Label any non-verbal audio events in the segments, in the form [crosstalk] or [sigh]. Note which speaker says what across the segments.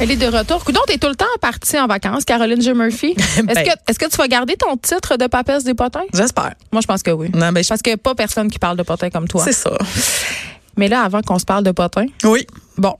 Speaker 1: Elle est de retour. Coudon, t'es tout le temps partie en vacances, Caroline J. [laughs] Murphy. Est-ce
Speaker 2: Ben.
Speaker 1: que, est-ce que tu vas garder ton titre de papesse des potins?
Speaker 2: J'espère.
Speaker 1: Moi, je pense que oui.
Speaker 2: Non, ben, je-
Speaker 1: Parce qu'il n'y a pas personne qui parle de potins comme toi.
Speaker 2: C'est ça.
Speaker 1: Mais là, avant qu'on se parle de potins,
Speaker 2: Oui.
Speaker 1: bon,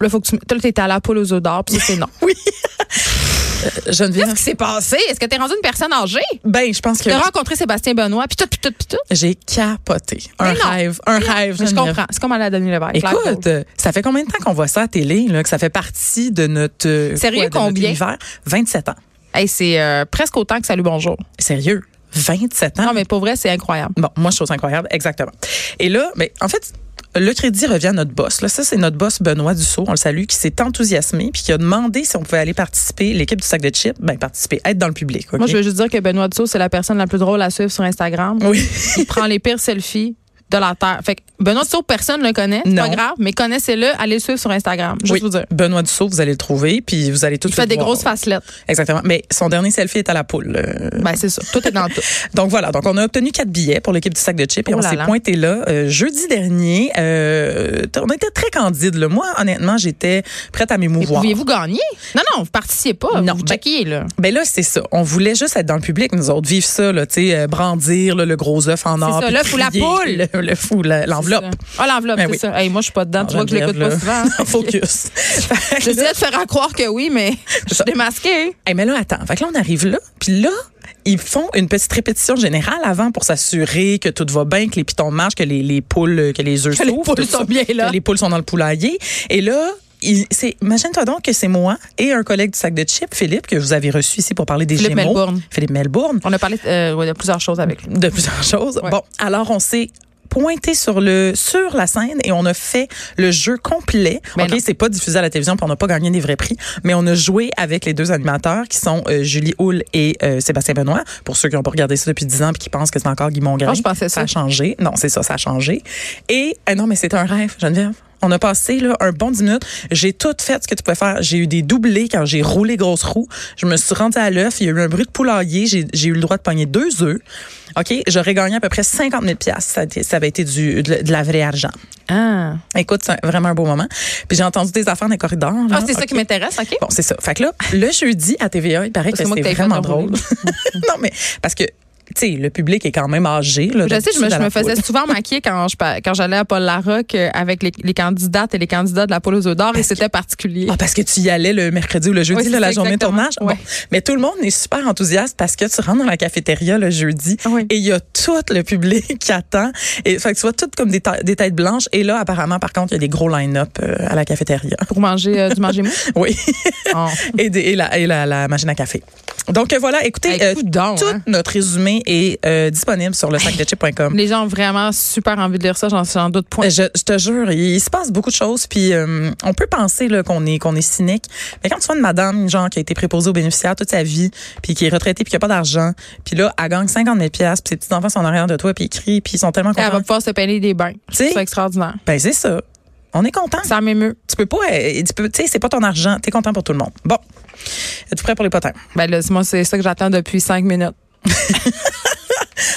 Speaker 1: là, faut que tu. Toi, là, t'es à la poule aux œufs d'or, puis ça, [laughs] c'est non.
Speaker 2: Oui.
Speaker 1: Qu'est-ce
Speaker 2: Geneviève.
Speaker 1: qui s'est passé? Est-ce que t'es rendue une personne âgée?
Speaker 2: Ben, je pense que
Speaker 1: T'as rencontré Sébastien Benoît, puis tout, puis tout, puis tout.
Speaker 2: j'ai capoté. Un
Speaker 1: Mais non.
Speaker 2: rêve. Un rêve.
Speaker 1: Mais je
Speaker 2: Geneviève.
Speaker 1: comprends. C'est comme aller à Denis Lévesque. Claire
Speaker 2: Écoute,
Speaker 1: Gault.
Speaker 2: euh, ça fait combien de temps qu'on voit ça à télé, là, que ça fait partie de notre. euh,
Speaker 1: Sérieux,
Speaker 2: quoi, de notre
Speaker 1: combien?
Speaker 2: univers? 27 ans.
Speaker 1: Hey, c'est euh, presque autant que Salut Bonjour.
Speaker 2: Sérieux? 27 ans?
Speaker 1: Non, mais pour vrai, c'est incroyable.
Speaker 2: Bon, moi, chose incroyable, exactement. Et là, ben, en fait, le crédit revient à notre boss. Là, ça, c'est notre boss Benoît Dussault, on le salue, qui s'est enthousiasmé puis qui a demandé si on pouvait aller participer, l'équipe du sac de chips, ben participer, être dans le public. ok?
Speaker 1: Moi, je veux juste dire que Benoît Dussault, c'est la personne la plus drôle à suivre sur Instagram.
Speaker 2: Oui.
Speaker 1: Il prend les pires selfies de la Terre. Fait que Benoît Dussault, personne ne le connaît. C'est
Speaker 2: Non.
Speaker 1: pas grave, mais connaissez-le. Allez le suivre sur Instagram. Juste
Speaker 2: Oui,
Speaker 1: vous dire.
Speaker 2: Benoît Dussault, vous allez le trouver, puis vous allez tout
Speaker 1: Il fait des grosses facelettes.
Speaker 2: Exactement. Mais son dernier selfie est à la poule. euh,
Speaker 1: Ben, c'est ça. Tout est dans tout.
Speaker 2: Donc voilà, donc on a obtenu quatre billets pour l'équipe du sac de chips et
Speaker 1: Oh
Speaker 2: on
Speaker 1: là
Speaker 2: s'est
Speaker 1: là.
Speaker 2: pointé là euh, jeudi dernier. Euh, on était très candide. Là. Moi, honnêtement, j'étais prête à
Speaker 1: Mais
Speaker 2: m'émouvoir.
Speaker 1: pouviez-vous gagner? Non, non, vous participiez pas.
Speaker 2: Non,
Speaker 1: vous
Speaker 2: ben-
Speaker 1: checkiez, là.
Speaker 2: Ben là, c'est ça. On voulait juste être dans le public, nous autres, vivre ça, là, tu sais, euh, brandir là, le gros œuf en or.
Speaker 1: ça,
Speaker 2: puis
Speaker 1: l'œuf ou la
Speaker 2: crier,
Speaker 1: poule.
Speaker 2: Le, le fou, la- l'enveloppe.
Speaker 1: C'est ça. Ah, l'enveloppe,
Speaker 2: Ben
Speaker 1: c'est
Speaker 2: oui. Ah,
Speaker 1: ça. Hey, moi, je suis pas dedans. tu vois que je l'écoute pas souvent. hein.
Speaker 2: [laughs] Focus. Fait que là-
Speaker 1: J'essayais de faire à croire que oui, mais je suis
Speaker 2: ça.
Speaker 1: démasquée.
Speaker 2: Hey, mais là, attends. Fait que là, on arrive là. Puis là, ils font une petite répétition générale avant pour s'assurer que tout va bien, que les pitons marchent, que les, les poules, euh, que les œufs
Speaker 1: Que les
Speaker 2: s'ouvrent,
Speaker 1: poules
Speaker 2: tout ça,
Speaker 1: sont bien là.
Speaker 2: Que les poules sont dans le poulailler. Et là, il- c'est- imagine-toi donc que c'est moi et un collègue du sac de chips, Philippe, que vous avez reçu ici pour parler des
Speaker 1: Philippe
Speaker 2: Gémeaux.
Speaker 1: Melbourne.
Speaker 2: Philippe Melbourne.
Speaker 1: On a parlé euh, ouais, de plusieurs choses avec lui.
Speaker 2: de plusieurs [laughs] choses.
Speaker 1: Ouais.
Speaker 2: Bon, alors on s'est pointé sur le sur la scène et on a fait le jeu complet.
Speaker 1: Ben non.
Speaker 2: OK, c'est pas diffusé à la télévision, puis on n'a pas gagné des vrais prix, mais on a joué avec les deux animateurs qui sont euh, Julie Houle et euh, Sébastien Benoît pour ceux qui n'ont pas regardé ça depuis 10 ans puis qui pensent que c'est encore Guy Mongrain.
Speaker 1: Ah, je pensais ça.
Speaker 2: a changé. Non, c'est ça, ça a changé. Et ah non, mais c'est un rêve, Geneviève. On a passé là, un bon 10 minutes. J'ai tout fait ce que tu pouvais faire. J'ai eu des doublés quand j'ai roulé grosse roue. Je me suis rendue à l'œuf. Il y a eu un bruit de poulailler. J'ai j'ai eu le droit de pogner deux œufs. OK? J'aurais gagné à peu près 50 000 Ça, a été- ça avait été du, de, de la vraie argent.
Speaker 1: Ah,
Speaker 2: Écoute, c'est un- vraiment un beau moment. Puis j'ai entendu des affaires dans les corridors. là.
Speaker 1: ah c'est ça
Speaker 2: OK.
Speaker 1: qui m'intéresse, OK?
Speaker 2: Bon, c'est ça. Fait que là, le jeudi à TVA, il paraît
Speaker 1: Parce
Speaker 2: que
Speaker 1: que moi,
Speaker 2: c'est
Speaker 1: que t'avais
Speaker 2: vraiment
Speaker 1: fait un
Speaker 2: drôle.
Speaker 1: roulé.
Speaker 2: [laughs] non, mais parce que, tu sais, le public est quand même âgé. Là,
Speaker 1: Je sais, je me,
Speaker 2: d'habitude, à
Speaker 1: je
Speaker 2: la
Speaker 1: me faisais
Speaker 2: poule.
Speaker 1: souvent maquiller quand je pa- quand j'allais à Paul Larocque euh, avec les, les candidates et les candidats de la poule aux œufs d'or et c'était particulier.
Speaker 2: Ah, parce que tu y allais le mercredi ou le jeudi,
Speaker 1: Oui,
Speaker 2: là,
Speaker 1: c'est
Speaker 2: la
Speaker 1: ça,
Speaker 2: journée de
Speaker 1: exactement.
Speaker 2: tournage. Bon.
Speaker 1: Ouais.
Speaker 2: Mais tout le monde est super enthousiaste parce que tu rentres dans la cafétéria le jeudi
Speaker 1: Ah, Oui.
Speaker 2: et il y a tout le public [laughs] qui attend. Et, fait que tu vois toutes comme des, ta- des têtes blanches. Et là, apparemment, par contre, il y a des gros line-up euh, à la
Speaker 1: [laughs]
Speaker 2: cafétéria.
Speaker 1: Pour manger euh, du [laughs] manger mou.
Speaker 2: Oui.
Speaker 1: Oh.
Speaker 2: et, des- et la, et la- la machine à café. Donc euh, voilà, écoutez,
Speaker 1: Hey, coudonc,
Speaker 2: tout
Speaker 1: hein.
Speaker 2: notre résumé est euh, disponible sur le sacdechips.com.
Speaker 1: Les gens ont vraiment super envie de lire ça, j'en j'en doute point.
Speaker 2: Je, je te jure, il, il se passe beaucoup de choses, puis euh, on peut penser là, qu'on est qu'on est cynique, mais quand tu vois une madame genre qui a été préposée aux bénéficiaires toute sa vie, puis qui est retraitée, puis qui a pas d'argent, puis là elle gagne 50 000 pièces, puis ses petits enfants sont en arrière de toi, puis ils crient, puis ils sont tellement
Speaker 1: Elle va
Speaker 2: contents.
Speaker 1: pouvoir se peiner des bains.
Speaker 2: sais-
Speaker 1: C'est extraordinaire.
Speaker 2: Ben c'est ça, on est content.
Speaker 1: Ça m'émeut.
Speaker 2: Tu peux pas, euh, tu peux, tu sais, c'est pas ton argent, t'es content pour tout le monde. Bon, es-tu prêt pour les potins?
Speaker 1: Ben là, c'est- moi, c'est ça que j'attends depuis cinq minutes.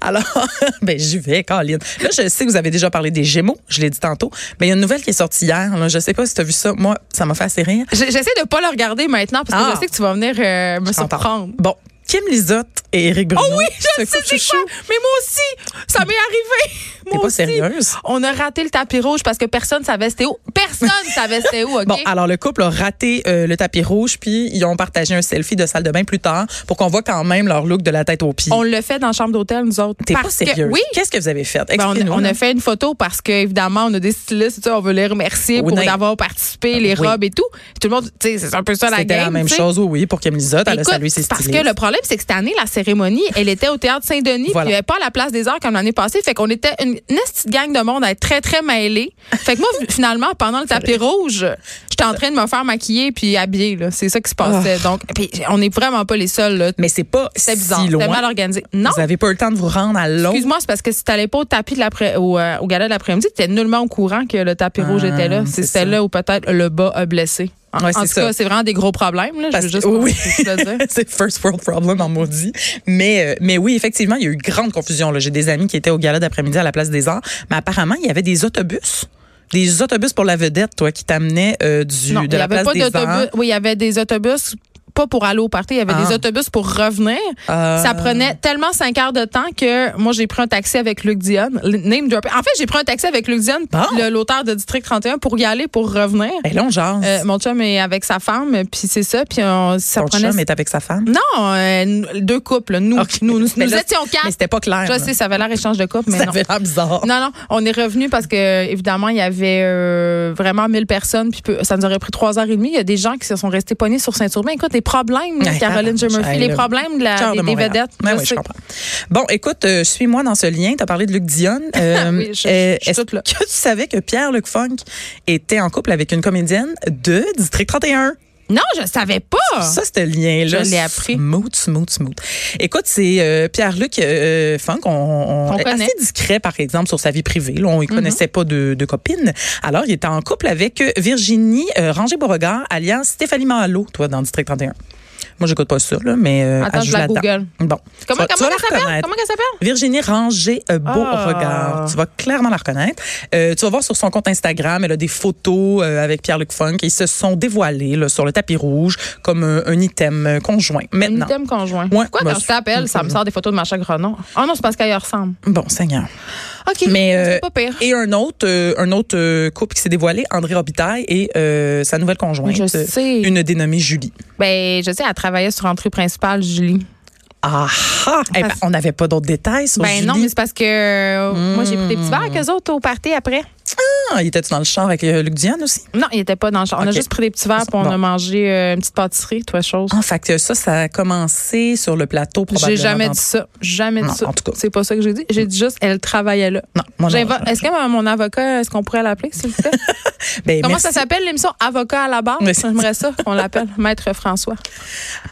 Speaker 2: Alors, [laughs] ben j'y vais, Colin. Là, je sais que vous avez déjà parlé des Gémeaux, je l'ai dit tantôt, mais il y a une nouvelle qui est sortie hier. Là. Je sais pas si tu as vu ça. Moi, ça m'a fait assez rire.
Speaker 1: J- J'essaie de pas le regarder maintenant parce que
Speaker 2: Ah.
Speaker 1: je sais que tu vas venir euh, me
Speaker 2: J'entends.
Speaker 1: surprendre.
Speaker 2: Bon, Kim Lizotte et Eric Bruno.
Speaker 1: Oh oui,
Speaker 2: se
Speaker 1: je sais
Speaker 2: coupent
Speaker 1: c'est
Speaker 2: chouchou.
Speaker 1: quoi. Mais moi aussi, ça m'est arrivé. Moi
Speaker 2: T'es pas
Speaker 1: aussi.
Speaker 2: sérieuse?
Speaker 1: On a raté le tapis rouge parce que personne savait c'était où. Personne savait c'était où, OK?
Speaker 2: Bon, ah, alors le couple a raté euh, le tapis rouge, puis ils ont partagé un selfie de salle de bain plus tard pour qu'on voit quand même leur look de la tête aux pieds.
Speaker 1: on le fait dans la chambre d'hôtel, nous autres.
Speaker 2: T'es pas
Speaker 1: Parce que-
Speaker 2: sérieuse?
Speaker 1: oui.
Speaker 2: Qu'est-ce que vous avez fait?
Speaker 1: Ben, on,
Speaker 2: Expliquez-nous,
Speaker 1: on
Speaker 2: là.
Speaker 1: a fait une photo parce que évidemment on a des stylistes, tu sais, on veut les remercier
Speaker 2: Oui,
Speaker 1: pour
Speaker 2: non.
Speaker 1: d'avoir participé, les
Speaker 2: Oui.
Speaker 1: robes et tout. Tout le monde, tu sais, c'est un peu ça la
Speaker 2: C'était
Speaker 1: game.
Speaker 2: la même
Speaker 1: tu sais.
Speaker 2: chose, oui, oui, pour Kim Lizotte. Elle a
Speaker 1: Écoute,
Speaker 2: salué ses
Speaker 1: parce que
Speaker 2: stylistes.
Speaker 1: le problème, c'est que cette année, la cérémonie, elle était au théâtre Saint-Denis, puis il
Speaker 2: Voilà.
Speaker 1: n'y avait pas à la place des arts comme l'année passée. Fait qu'on était une, une petite gang de monde à être très, très mêlés. Fait que moi, [laughs] finalement, pendant le tapis rouge, j'étais en train de me faire maquiller puis habiller. là. C'est ça qui se passait. Donc, puis on n'est vraiment pas les seuls. là.
Speaker 2: Mais c'est pas
Speaker 1: C'était bizarre.
Speaker 2: Ah. si
Speaker 1: C'était
Speaker 2: loin.
Speaker 1: mal organisé. Non,
Speaker 2: Vous avez pas eu le temps de vous rendre à l'autre.
Speaker 1: Excuse-moi, c'est parce que si t'allais pas au tapis de l'après, au, euh, au gala de l'après-midi, t'étais nullement au courant que le tapis rouge était là.
Speaker 2: Ah, c'est
Speaker 1: C'est
Speaker 2: ça.
Speaker 1: celle-là où peut-être le bas a blessé. En,
Speaker 2: Ouais,
Speaker 1: en
Speaker 2: c'est
Speaker 1: tout
Speaker 2: ça.
Speaker 1: cas, c'est vraiment des gros problèmes. Là. Je
Speaker 2: Parce-
Speaker 1: veux juste
Speaker 2: oui.
Speaker 1: je veux juste le dire.
Speaker 2: [laughs] c'est first world problem en maudit. Mais, euh, mais oui, effectivement, il y a eu grande confusion. là. J'ai des amis qui étaient au gala d'après-midi à la place des arts, mais apparemment, il y avait des autobus Des autobus pour la vedette, toi, qui t'amenaient euh, du
Speaker 1: Non, il
Speaker 2: de
Speaker 1: y
Speaker 2: la
Speaker 1: avait
Speaker 2: place
Speaker 1: pas
Speaker 2: des
Speaker 1: d'autobus.
Speaker 2: Arts.
Speaker 1: Oui, il y avait des autobus pas pour aller au party, il y avait
Speaker 2: Ah.
Speaker 1: des autobus pour revenir.
Speaker 2: Ah.
Speaker 1: Ça prenait tellement cinq heures de temps que moi j'ai pris un taxi avec Luc Dionne. Le- Name drop. En fait, j'ai pris un taxi avec Luc Dionne,
Speaker 2: Bon.
Speaker 1: le- l'auteur de District 31 pour y aller pour revenir.
Speaker 2: Ben là, on jase.
Speaker 1: Euh, mon chum est avec sa femme, puis c'est ça, puis on- ça
Speaker 2: Ton
Speaker 1: prenait
Speaker 2: chum est avec sa femme.
Speaker 1: Non, euh, nous- deux couples, nous
Speaker 2: Ok.
Speaker 1: nous, nous,
Speaker 2: [laughs] Mais
Speaker 1: nous
Speaker 2: là,
Speaker 1: étions
Speaker 2: Mais
Speaker 1: quatre.
Speaker 2: c'était pas clair.
Speaker 1: Ah, Je
Speaker 2: là.
Speaker 1: sais, ça avait l'air échange de couple, mais
Speaker 2: ça
Speaker 1: non.
Speaker 2: avait l'air
Speaker 1: [laughs]
Speaker 2: bizarre.
Speaker 1: Non, non, on est revenu parce que, évidemment, il y avait euh, vraiment 1000 personnes, puis peu- ça nous aurait pris trois heures et demie. Il y a des gens qui se sont restés pognés sur Saint-Urbain. Écoute, les problèmes,
Speaker 2: Ouais,
Speaker 1: Caroline
Speaker 2: tabarnouche,
Speaker 1: Murphy,
Speaker 2: hey,
Speaker 1: les
Speaker 2: le
Speaker 1: problèmes de la-
Speaker 2: cœur
Speaker 1: des,
Speaker 2: de
Speaker 1: des
Speaker 2: Montréal.
Speaker 1: vedettes.
Speaker 2: Ben
Speaker 1: je
Speaker 2: oui, je
Speaker 1: sais.
Speaker 2: comprends. Bon, écoute, euh, suis-moi dans ce lien. Tu as parlé de
Speaker 1: [laughs]
Speaker 2: Luc Dion. Euh,
Speaker 1: Oui, je- je-
Speaker 2: euh,
Speaker 1: je suis
Speaker 2: est-ce
Speaker 1: toute là.
Speaker 2: que tu savais que Pierre-Luc Funk était en couple avec une comédienne de District 31?
Speaker 1: Non, je savais pas.
Speaker 2: Ça, c'était le lien-là.
Speaker 1: Ah. Je l'ai appris.
Speaker 2: Smooth, smooth, smooth. Écoute, c'est euh, Pierre-Luc euh, Funk. On, on-
Speaker 1: On
Speaker 2: est
Speaker 1: connaît. Mhm.
Speaker 2: assez discret, par exemple, sur sa vie privée. Là, on ne connaissait pas de, de copine. Alors, il était en couple avec euh, Virginie euh, Rangé-Beauregard, alias Stéphanie Malo, toi, dans District 31. Moi, j'écoute pas ça, là, mais. euh,
Speaker 1: Attends,
Speaker 2: ah,
Speaker 1: je la
Speaker 2: l'attends.
Speaker 1: Google.
Speaker 2: Bon.
Speaker 1: Comment, comment
Speaker 2: Tu vas- tu vas la
Speaker 1: elle s'appelle?
Speaker 2: reconnaître.
Speaker 1: Comment elle s'appelle?
Speaker 2: Virginie Ranger euh, Beauregard.
Speaker 1: Ah.
Speaker 2: Tu vas clairement la reconnaître. Euh, tu vas voir sur son compte Instagram, elle a des photos euh, avec Pierre-Luc Funk. Ils se sont dévoilés là, sur le tapis rouge comme un, un item euh, conjoint.
Speaker 1: Un
Speaker 2: Maintenant.
Speaker 1: item conjoint.
Speaker 2: Ouais,
Speaker 1: Pourquoi
Speaker 2: bah,
Speaker 1: quand je
Speaker 2: c'est-
Speaker 1: t'appelle, ça me sort des photos de Macha Grenon? Ah non, c'est parce qu'elle y ressemble.
Speaker 2: Bon, Seigneur.
Speaker 1: OK.
Speaker 2: Mais, euh,
Speaker 1: c'est pas pire.
Speaker 2: Et un autre, euh, un autre euh, couple qui s'est dévoilé, André Robitaille et euh, sa nouvelle conjointe,
Speaker 1: Je
Speaker 2: euh,
Speaker 1: sais.
Speaker 2: une dénommée Julie.
Speaker 1: Ben, je sais, elle travaillait sur entrée principale, Julie.
Speaker 2: Ah ah! Eh ben,
Speaker 1: Parce-
Speaker 2: on n'avait pas d'autres détails sur
Speaker 1: Ben
Speaker 2: Julie. Hmm.
Speaker 1: non, mais c'est parce que euh, moi, j'ai pris des petits verres avec eux autres au party après.
Speaker 2: Ah, il était dans le char avec euh, Luc Diane aussi?
Speaker 1: Non, il était pas dans le char. On a
Speaker 2: Ok.
Speaker 1: juste pris des petits verres puis on
Speaker 2: Bon.
Speaker 1: a mangé euh, une petite pâtisserie, toi, chose.
Speaker 2: En Ah, fait, que ça, ça a commencé sur le plateau probablement.
Speaker 1: J'ai jamais
Speaker 2: dans-
Speaker 1: dit ça. Jamais dit
Speaker 2: Non,
Speaker 1: ça.
Speaker 2: en tout cas.
Speaker 1: C'est pas ça que j'ai dit. J'ai dit juste, elle travaillait là.
Speaker 2: Non, moi, non.
Speaker 1: J'invo- Est-ce que euh, mon avocat, est-ce qu'on pourrait l'appeler, s'il
Speaker 2: [laughs]
Speaker 1: vous plaît?
Speaker 2: Ben,
Speaker 1: Comment
Speaker 2: merci.
Speaker 1: ça s'appelle l'émission Avocat à la barre?
Speaker 2: Merci.
Speaker 1: J'aimerais ça qu'on
Speaker 2: [laughs]
Speaker 1: l'appelle Maître François.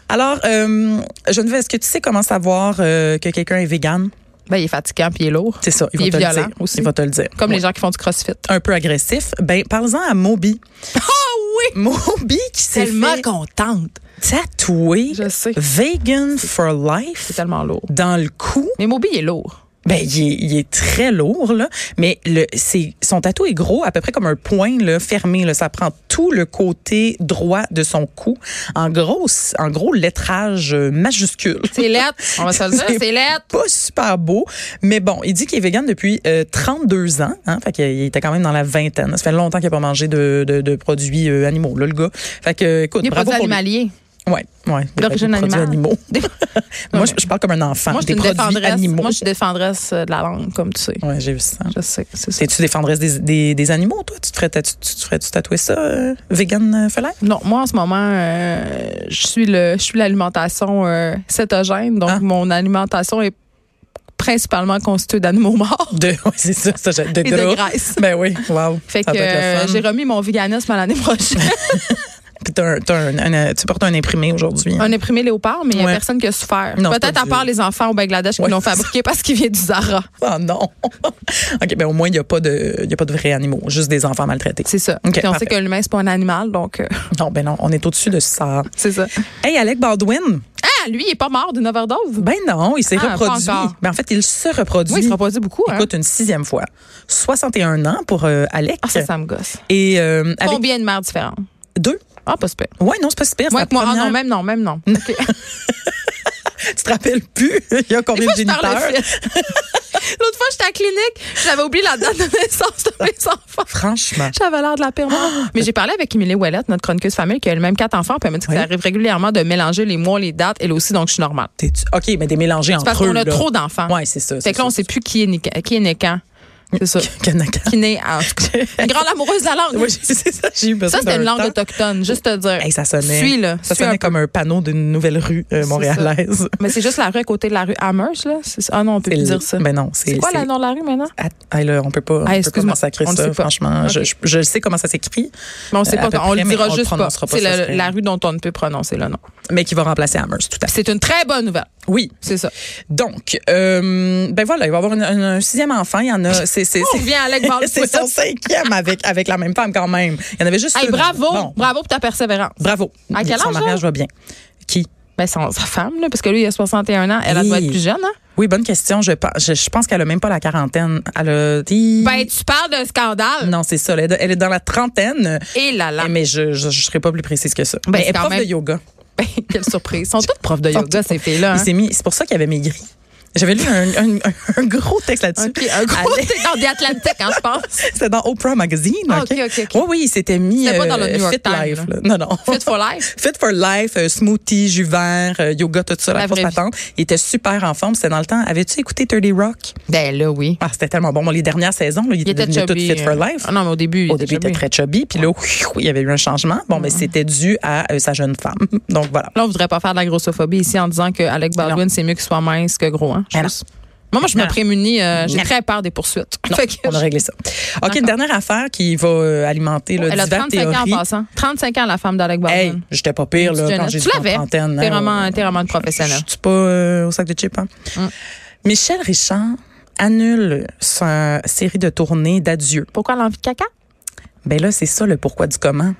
Speaker 2: Alors, euh, Geneviève, est-ce que tu sais comment savoir euh, que quelqu'un est vegan?
Speaker 1: Ben, il est fatigant puis il est lourd.
Speaker 2: C'est ça,
Speaker 1: Il
Speaker 2: il, va
Speaker 1: est
Speaker 2: te le
Speaker 1: violent
Speaker 2: dire.
Speaker 1: aussi.
Speaker 2: Il va te le dire.
Speaker 1: Comme
Speaker 2: Ouais.
Speaker 1: les gens qui font du crossfit.
Speaker 2: Un peu agressif. Ben, parlons en à Moby.
Speaker 1: [laughs] Ah oui!
Speaker 2: Moby qui s'est
Speaker 1: Tellement
Speaker 2: fait
Speaker 1: contente.
Speaker 2: tatouer
Speaker 1: Je sais.
Speaker 2: Vegan for
Speaker 1: C'est
Speaker 2: Life
Speaker 1: tellement lourd.
Speaker 2: dans le cou.
Speaker 1: Mais Moby, il est lourd.
Speaker 2: Ben, il est, il est très lourd, là. Mais le, c'est, son tatou est gros, à peu près comme un poing, là, fermé, là. Ça prend tout le côté droit de son cou. En gros, en gros lettrage euh, majuscule.
Speaker 1: C'est lettre. On va se le dire,
Speaker 2: C'est-
Speaker 1: c'est lettre.
Speaker 2: pas super beau, mais bon, il dit qu'il est vegan depuis euh, 32 ans, hein, fait qu'il il était quand même dans la vingtaine. Ça fait longtemps qu'il a pas mangé de, de, de produits euh, animaux, là, le gars. Fait que, écoute,
Speaker 1: Il est
Speaker 2: bravo
Speaker 1: produit
Speaker 2: pour lui.
Speaker 1: animalier.
Speaker 2: Ouais, ouais, des
Speaker 1: D'origine
Speaker 2: produits
Speaker 1: animale.
Speaker 2: animaux.
Speaker 1: Des-
Speaker 2: [laughs] Moi, je, je parle comme un enfant.
Speaker 1: Moi, je suis
Speaker 2: des
Speaker 1: une
Speaker 2: produits
Speaker 1: défendresse.
Speaker 2: animaux.
Speaker 1: Moi, je suis défendresse euh, de la langue, comme tu sais.
Speaker 2: Ouais, j'ai vu ça.
Speaker 1: Je sais, c'est ça.
Speaker 2: T'es-tu défendresse des, des, des animaux, toi? Tu te ferais, tatu- tu, te ferais -tu tatouer ça, euh, vegan euh, felaine?
Speaker 1: Non, moi, en ce moment, euh, je suis le, je suis l'alimentation euh, cétogène. Donc,
Speaker 2: Ah.
Speaker 1: mon alimentation est principalement constituée d'animaux morts
Speaker 2: De, [laughs] ouais, c'est ça, ça, j'ai- de
Speaker 1: [laughs] et de
Speaker 2: gras.
Speaker 1: graisse.
Speaker 2: Ben oui, wow.
Speaker 1: Fait
Speaker 2: ça
Speaker 1: que
Speaker 2: doit être
Speaker 1: euh,
Speaker 2: le fun.
Speaker 1: j'ai remis mon véganisme à l'année
Speaker 2: [laughs]
Speaker 1: prochaine.
Speaker 2: Puis t'as un- t'as un- un- tu portes un imprimé aujourd'hui. hein.
Speaker 1: Un imprimé léopard, mais il n'y a
Speaker 2: Ouais.
Speaker 1: personne qui a souffert.
Speaker 2: Non,
Speaker 1: Peut-être
Speaker 2: pas
Speaker 1: à
Speaker 2: du-
Speaker 1: part les enfants au Bangladesh
Speaker 2: Ouais.
Speaker 1: qui l'ont fabriqué parce qu'il vient du Zara.
Speaker 2: Ah non. [laughs] OK, ben au moins, il n'y a, pas de- il y a pas de vrais animaux, juste des enfants maltraités.
Speaker 1: C'est ça.
Speaker 2: Ok,
Speaker 1: Puis on
Speaker 2: parfait.
Speaker 1: sait que l'humain, c'est pas un animal, donc euh, [laughs]
Speaker 2: Non, ben non, on est au-dessus de ça.
Speaker 1: c'est ça.
Speaker 2: Hey, Alec Baldwin,
Speaker 1: Ah, lui, il est pas mort d'une overdose.
Speaker 2: ben non, il s'est
Speaker 1: Ah, pas
Speaker 2: reproduit.
Speaker 1: encore.
Speaker 2: Ben en fait, il se reproduit.
Speaker 1: Oui, il se reproduit beaucoup. Hein?
Speaker 2: Écoute, une sixième fois. 61 ans pour euh, Alec.
Speaker 1: Ah, ça, ça me gosse.
Speaker 2: Et euh, avec
Speaker 1: Combien de mères différentes?
Speaker 2: deux.
Speaker 1: Ah, pas super.
Speaker 2: Ouais, non, c'est pas super.
Speaker 1: Moi,
Speaker 2: c'est la
Speaker 1: moi, ah
Speaker 2: première.
Speaker 1: non, même non, même non. Ok.
Speaker 2: Tu te rappelles plus? [laughs] Il y a combien de
Speaker 1: Je parle
Speaker 2: géniteurs?
Speaker 1: de fil. [laughs] L'autre fois, j'étais à la clinique, j'avais oublié la date de naissance de mes enfants.
Speaker 2: Franchement.
Speaker 1: J'avais l'air de la pire mort.
Speaker 2: Ah!
Speaker 1: Mais j'ai parlé avec Émilie Ouellet, notre chroniqueuse famille, qui a elle-même quatre enfants, puis elle m'a dit que
Speaker 2: Oui.
Speaker 1: ça arrive régulièrement de mélanger les mois, les dates, elle aussi, donc je suis normale.
Speaker 2: t'es- tu- OK, mais des mélangés entre
Speaker 1: C'est parce
Speaker 2: eux.
Speaker 1: qu'on a
Speaker 2: là.
Speaker 1: trop d'enfants.
Speaker 2: Ouais, c'est ça.
Speaker 1: fait que là, on sait plus qui est né, qui est né quand. C'est
Speaker 2: [laughs]
Speaker 1: ça.
Speaker 2: on
Speaker 1: qui naît en tout cas.
Speaker 2: [laughs]
Speaker 1: Une grande amoureuse de la langue.
Speaker 2: c'est ça, j'ai eu besoin
Speaker 1: ça, c'était
Speaker 2: d'un
Speaker 1: une langue
Speaker 2: temps.
Speaker 1: autochtone, juste te dire.
Speaker 2: Hey, ça sonnait.
Speaker 1: Suis, là.
Speaker 2: Ça
Speaker 1: suis un
Speaker 2: sonnait
Speaker 1: peu.
Speaker 2: comme un panneau d'une nouvelle rue euh,
Speaker 1: C'est [laughs]
Speaker 2: montréalaise.
Speaker 1: Mais c'est juste la rue à côté de la rue Amherst, là. C'est- Ah non, on peut plus dire ça.
Speaker 2: Mais non, c'est.
Speaker 1: C'est quoi
Speaker 2: c'est-
Speaker 1: le nom de la rue maintenant?
Speaker 2: Ah, ah, là, on peut pas,
Speaker 1: Ah,
Speaker 2: on peut pas
Speaker 1: excuse-moi,
Speaker 2: massacrer
Speaker 1: on le
Speaker 2: ça,
Speaker 1: sait pas.
Speaker 2: franchement. Je,
Speaker 1: Ok.
Speaker 2: je, je sais comment ça s'écrit,
Speaker 1: Mais on sait
Speaker 2: Euh,
Speaker 1: pas,
Speaker 2: à peu
Speaker 1: on le
Speaker 2: près, mais
Speaker 1: dira
Speaker 2: on le
Speaker 1: juste pas.
Speaker 2: prononcera pas,
Speaker 1: C'est
Speaker 2: ça
Speaker 1: le-
Speaker 2: serait-
Speaker 1: la rue dont on ne peut prononcer le nom.
Speaker 2: mais qui va remplacer Amherst, tout à
Speaker 1: Puis
Speaker 2: fait.
Speaker 1: C'est une très bonne nouvelle.
Speaker 2: Oui.
Speaker 1: C'est ça.
Speaker 2: Donc, euh, ben voilà, il va y avoir une- une- un sixième enfant. Il y en a. C'est c'est-
Speaker 1: On
Speaker 2: c'est-
Speaker 1: revient à [laughs] Alec
Speaker 2: [laughs] c'est
Speaker 1: Baldwin.
Speaker 2: son cinquième avec, avec la même femme quand même. Il y en avait juste
Speaker 1: Hey,
Speaker 2: une.
Speaker 1: bravo,
Speaker 2: Bon,
Speaker 1: bravo pour ta persévérance.
Speaker 2: bravo.
Speaker 1: À quel
Speaker 2: Son
Speaker 1: âge,
Speaker 2: mariage va bien. Qui?
Speaker 1: Ben, son- sa femme, là, parce que lui, il a 61 ans. Elle, elle doit
Speaker 2: Hi.
Speaker 1: être plus jeune, hein?
Speaker 2: Oui, bonne question. Je, pense- je, je pense qu'elle a même pas la quarantaine. Elle a dit.
Speaker 1: Ben, tu parles d'un scandale.
Speaker 2: non, c'est ça. Elle est- elle est dans la trentaine.
Speaker 1: Et là [laughs] là.
Speaker 2: Mais je, je, je serais pas plus précise que ça.
Speaker 1: Ben,
Speaker 2: Mais
Speaker 1: c'est
Speaker 2: elle est
Speaker 1: quand
Speaker 2: prof
Speaker 1: même-
Speaker 2: de yoga.
Speaker 1: Ben, quelle surprise. Ils sont tous profs de
Speaker 2: Sont
Speaker 1: yoga,
Speaker 2: tous
Speaker 1: ces filles-là.
Speaker 2: Il
Speaker 1: hein?
Speaker 2: s'est mis. C'est pour ça qu'il avait maigri. J'avais lu un, un- un gros texte là-dessus.
Speaker 1: Ok, un gros
Speaker 2: Elle-
Speaker 1: non, des Atlantiques, hein, je pense. [laughs]
Speaker 2: C'était dans Oprah Magazine.
Speaker 1: Ah, ok, ok, ok.
Speaker 2: Oui, oui, il s'était mis.
Speaker 1: C'était pas dans le
Speaker 2: euh,
Speaker 1: New York
Speaker 2: Fit
Speaker 1: Times,
Speaker 2: Life. là. Non, non.
Speaker 1: Fit for life.
Speaker 2: Fit for life, euh, smoothie, jus vert, euh, yoga, tout ça, la,
Speaker 1: La
Speaker 2: grosse
Speaker 1: vraie vie.
Speaker 2: patente. Il était super en forme. C'était dans le temps. Avais-tu écouté 30 Rock?
Speaker 1: Ben là, oui.
Speaker 2: Ah, c'était tellement bon. Bon, les dernières saisons, là,
Speaker 1: Il
Speaker 2: il, était
Speaker 1: était
Speaker 2: devenu
Speaker 1: chubby.
Speaker 2: tout fit for
Speaker 1: euh,
Speaker 2: life.
Speaker 1: ah non, mais au début,
Speaker 2: Au début,
Speaker 1: chubby.
Speaker 2: il était
Speaker 1: Mm-hmm.
Speaker 2: très chubby, puis là, ouiou, il y avait eu un changement. Bon, mais c'était dû à euh, sa jeune femme. [laughs] Donc voilà.
Speaker 1: Là, on voudrait pas faire de la grossophobie ici en disant que Alec Baldwin, c'est mieux qu'il soit mince que gros, hein. je
Speaker 2: Ben non.
Speaker 1: pense. Moi, moi, je me
Speaker 2: Non.
Speaker 1: prémunis, euh, j'ai
Speaker 2: Non.
Speaker 1: très peur des poursuites. [laughs]
Speaker 2: Non,
Speaker 1: Fait que
Speaker 2: on a réglé ça. OK, une dernière affaire qui va euh, alimenter le
Speaker 1: Elle a
Speaker 2: divers
Speaker 1: 35 ans en
Speaker 2: théories.
Speaker 1: passant. 35 ans, la femme d'Alec
Speaker 2: Hey,
Speaker 1: Baldwin.
Speaker 2: j'étais pas pire
Speaker 1: Une petite
Speaker 2: là, quand
Speaker 1: jeunesse. Tu
Speaker 2: j'ai dit
Speaker 1: l'avais.
Speaker 2: trentaine.
Speaker 1: T'es
Speaker 2: hein,
Speaker 1: vraiment,
Speaker 2: ouais.
Speaker 1: t'es vraiment une
Speaker 2: Je
Speaker 1: professionnelle.
Speaker 2: suis pas euh, au sac de chips. hein?
Speaker 1: Mm.
Speaker 2: Michel Richard annule sa série de tournées d'adieu.
Speaker 1: Pourquoi l'envie de caca?
Speaker 2: Ben là, c'est ça le pourquoi du comment.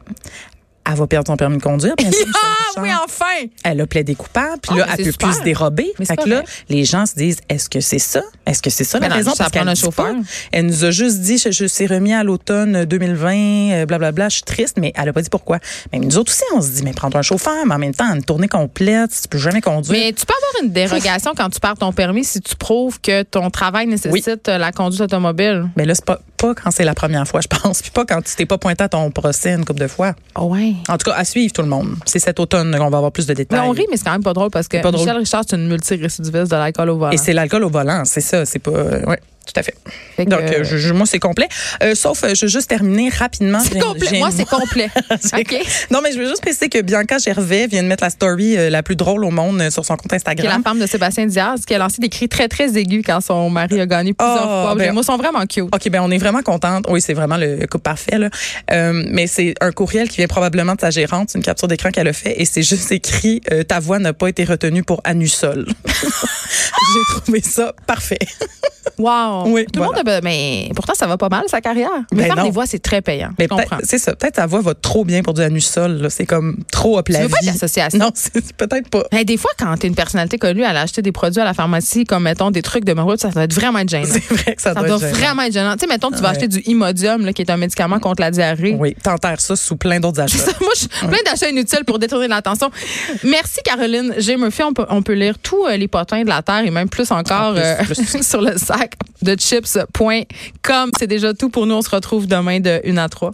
Speaker 2: Elle va perdre son permis de conduire. bien
Speaker 1: [laughs]
Speaker 2: sûr, Michel
Speaker 1: Ah
Speaker 2: Richard.
Speaker 1: enfin!
Speaker 2: Elle a plaidé coupable, puis
Speaker 1: Ah,
Speaker 2: là,
Speaker 1: mais
Speaker 2: elle
Speaker 1: c'est
Speaker 2: peut
Speaker 1: super.
Speaker 2: plus se dérober.
Speaker 1: Mais c'est
Speaker 2: Fait que là,
Speaker 1: correct.
Speaker 2: les gens se disent, est-ce que c'est ça? Est-ce que c'est ça
Speaker 1: Mais
Speaker 2: la
Speaker 1: non,
Speaker 2: raison?
Speaker 1: ça prend
Speaker 2: qu'elle
Speaker 1: un
Speaker 2: dit pas.
Speaker 1: chauffeur.
Speaker 2: Elle nous a juste dit, je, je suis remis à l'automne 2020, euh, blablabla, je suis triste, mais elle a pas dit pourquoi. Mais nous autres aussi, on se dit, mais prends un chauffeur, mais en même temps, une tournée complète, tu peux jamais conduire.
Speaker 1: Mais tu peux avoir une dérogation quand tu perds ton permis si tu prouves que ton travail nécessite euh, la conduite automobile.
Speaker 2: Mais là, c'est pas, pas quand c'est la première fois, je pense, [laughs] puis pas quand tu t'es pas pointé à ton procès une couple de fois.
Speaker 1: ouais.
Speaker 2: En tout cas, à suivre tout le monde. C'est cet automne qu'on va avoir plus de
Speaker 1: Mais
Speaker 2: détails.
Speaker 1: on rit, mais c'est quand même pas drôle parce que
Speaker 2: C'est pas drôle.
Speaker 1: Michel Richard, c'est une multirécidiviste de l'alcool au volant.
Speaker 2: Et c'est l'alcool au volant, c'est ça, c'est pas. euh, ouais, tout à fait.
Speaker 1: Fait que-
Speaker 2: Donc, euh, je- je- moi, c'est complet. Euh, sauf, euh, je veux juste terminer rapidement.
Speaker 1: C'est
Speaker 2: J'ai-
Speaker 1: complet.
Speaker 2: j'ai-
Speaker 1: Moi, c'est
Speaker 2: [laughs]
Speaker 1: complet. OK.
Speaker 2: Non, mais je veux juste préciser que Bianca Gervais vient de mettre la story euh, la plus drôle au monde euh, sur son compte
Speaker 1: Qui est la
Speaker 2: Instagram.
Speaker 1: femme de Sébastien Diaz, qui a lancé des cris très, très aigus quand son mari a gagné plusieurs
Speaker 2: Oh,
Speaker 1: fois.
Speaker 2: ben-
Speaker 1: Les mots sont vraiment cute.
Speaker 2: OK, ben on est vraiment contente. Oui, c'est vraiment le coup parfait. Là. Euh, mais c'est un courriel qui vient probablement de sa gérante, une capture d'écran qu'elle a fait, et c'est juste écrit euh, Ta voix n'a pas été retenue pour Anusol. [laughs] J'ai trouvé ça parfait.
Speaker 1: Wow.
Speaker 2: Oui,
Speaker 1: Tout le monde a- Mais pourtant, ça va pas mal, sa carrière. Mais
Speaker 2: Ben
Speaker 1: faire
Speaker 2: non.
Speaker 1: des voix, c'est très payant.
Speaker 2: Mais
Speaker 1: je comprends.
Speaker 2: peut-être- c'est ça. Peut-être ta voix va trop bien pour du Anusol. là. C'est comme trop à
Speaker 1: Tu
Speaker 2: plat.
Speaker 1: veux pas être associé à ça?
Speaker 2: Non, [laughs] c'est peut-être pas.
Speaker 1: Hey, des fois, quand t'es une personnalité connue, aller acheter des produits à la pharmacie, comme mettons des trucs de maroute, ça doit être vraiment être gênant.
Speaker 2: C'est vrai que
Speaker 1: [laughs]
Speaker 2: ça,
Speaker 1: Ça
Speaker 2: doit,
Speaker 1: doit
Speaker 2: être gênant.
Speaker 1: vraiment être gênant. Tu sais, mettons, tu vas
Speaker 2: Ouais.
Speaker 1: acheter du Imodium, là, qui est un médicament contre la diarrhée. [laughs]
Speaker 2: Oui, t'enterres ça sous plein d'autres achats.
Speaker 1: Ça, Moi, je suis plein d'achats inutiles pour détourner l'attention. Merci, Caroline. J'ai Murphy. On peut, on peut lire tous euh, les potins de la Terre et même plus encore
Speaker 2: En plus,
Speaker 1: euh, [laughs] sur le sac de chips.com. C'est déjà tout pour nous. On se retrouve demain de 1 à 3.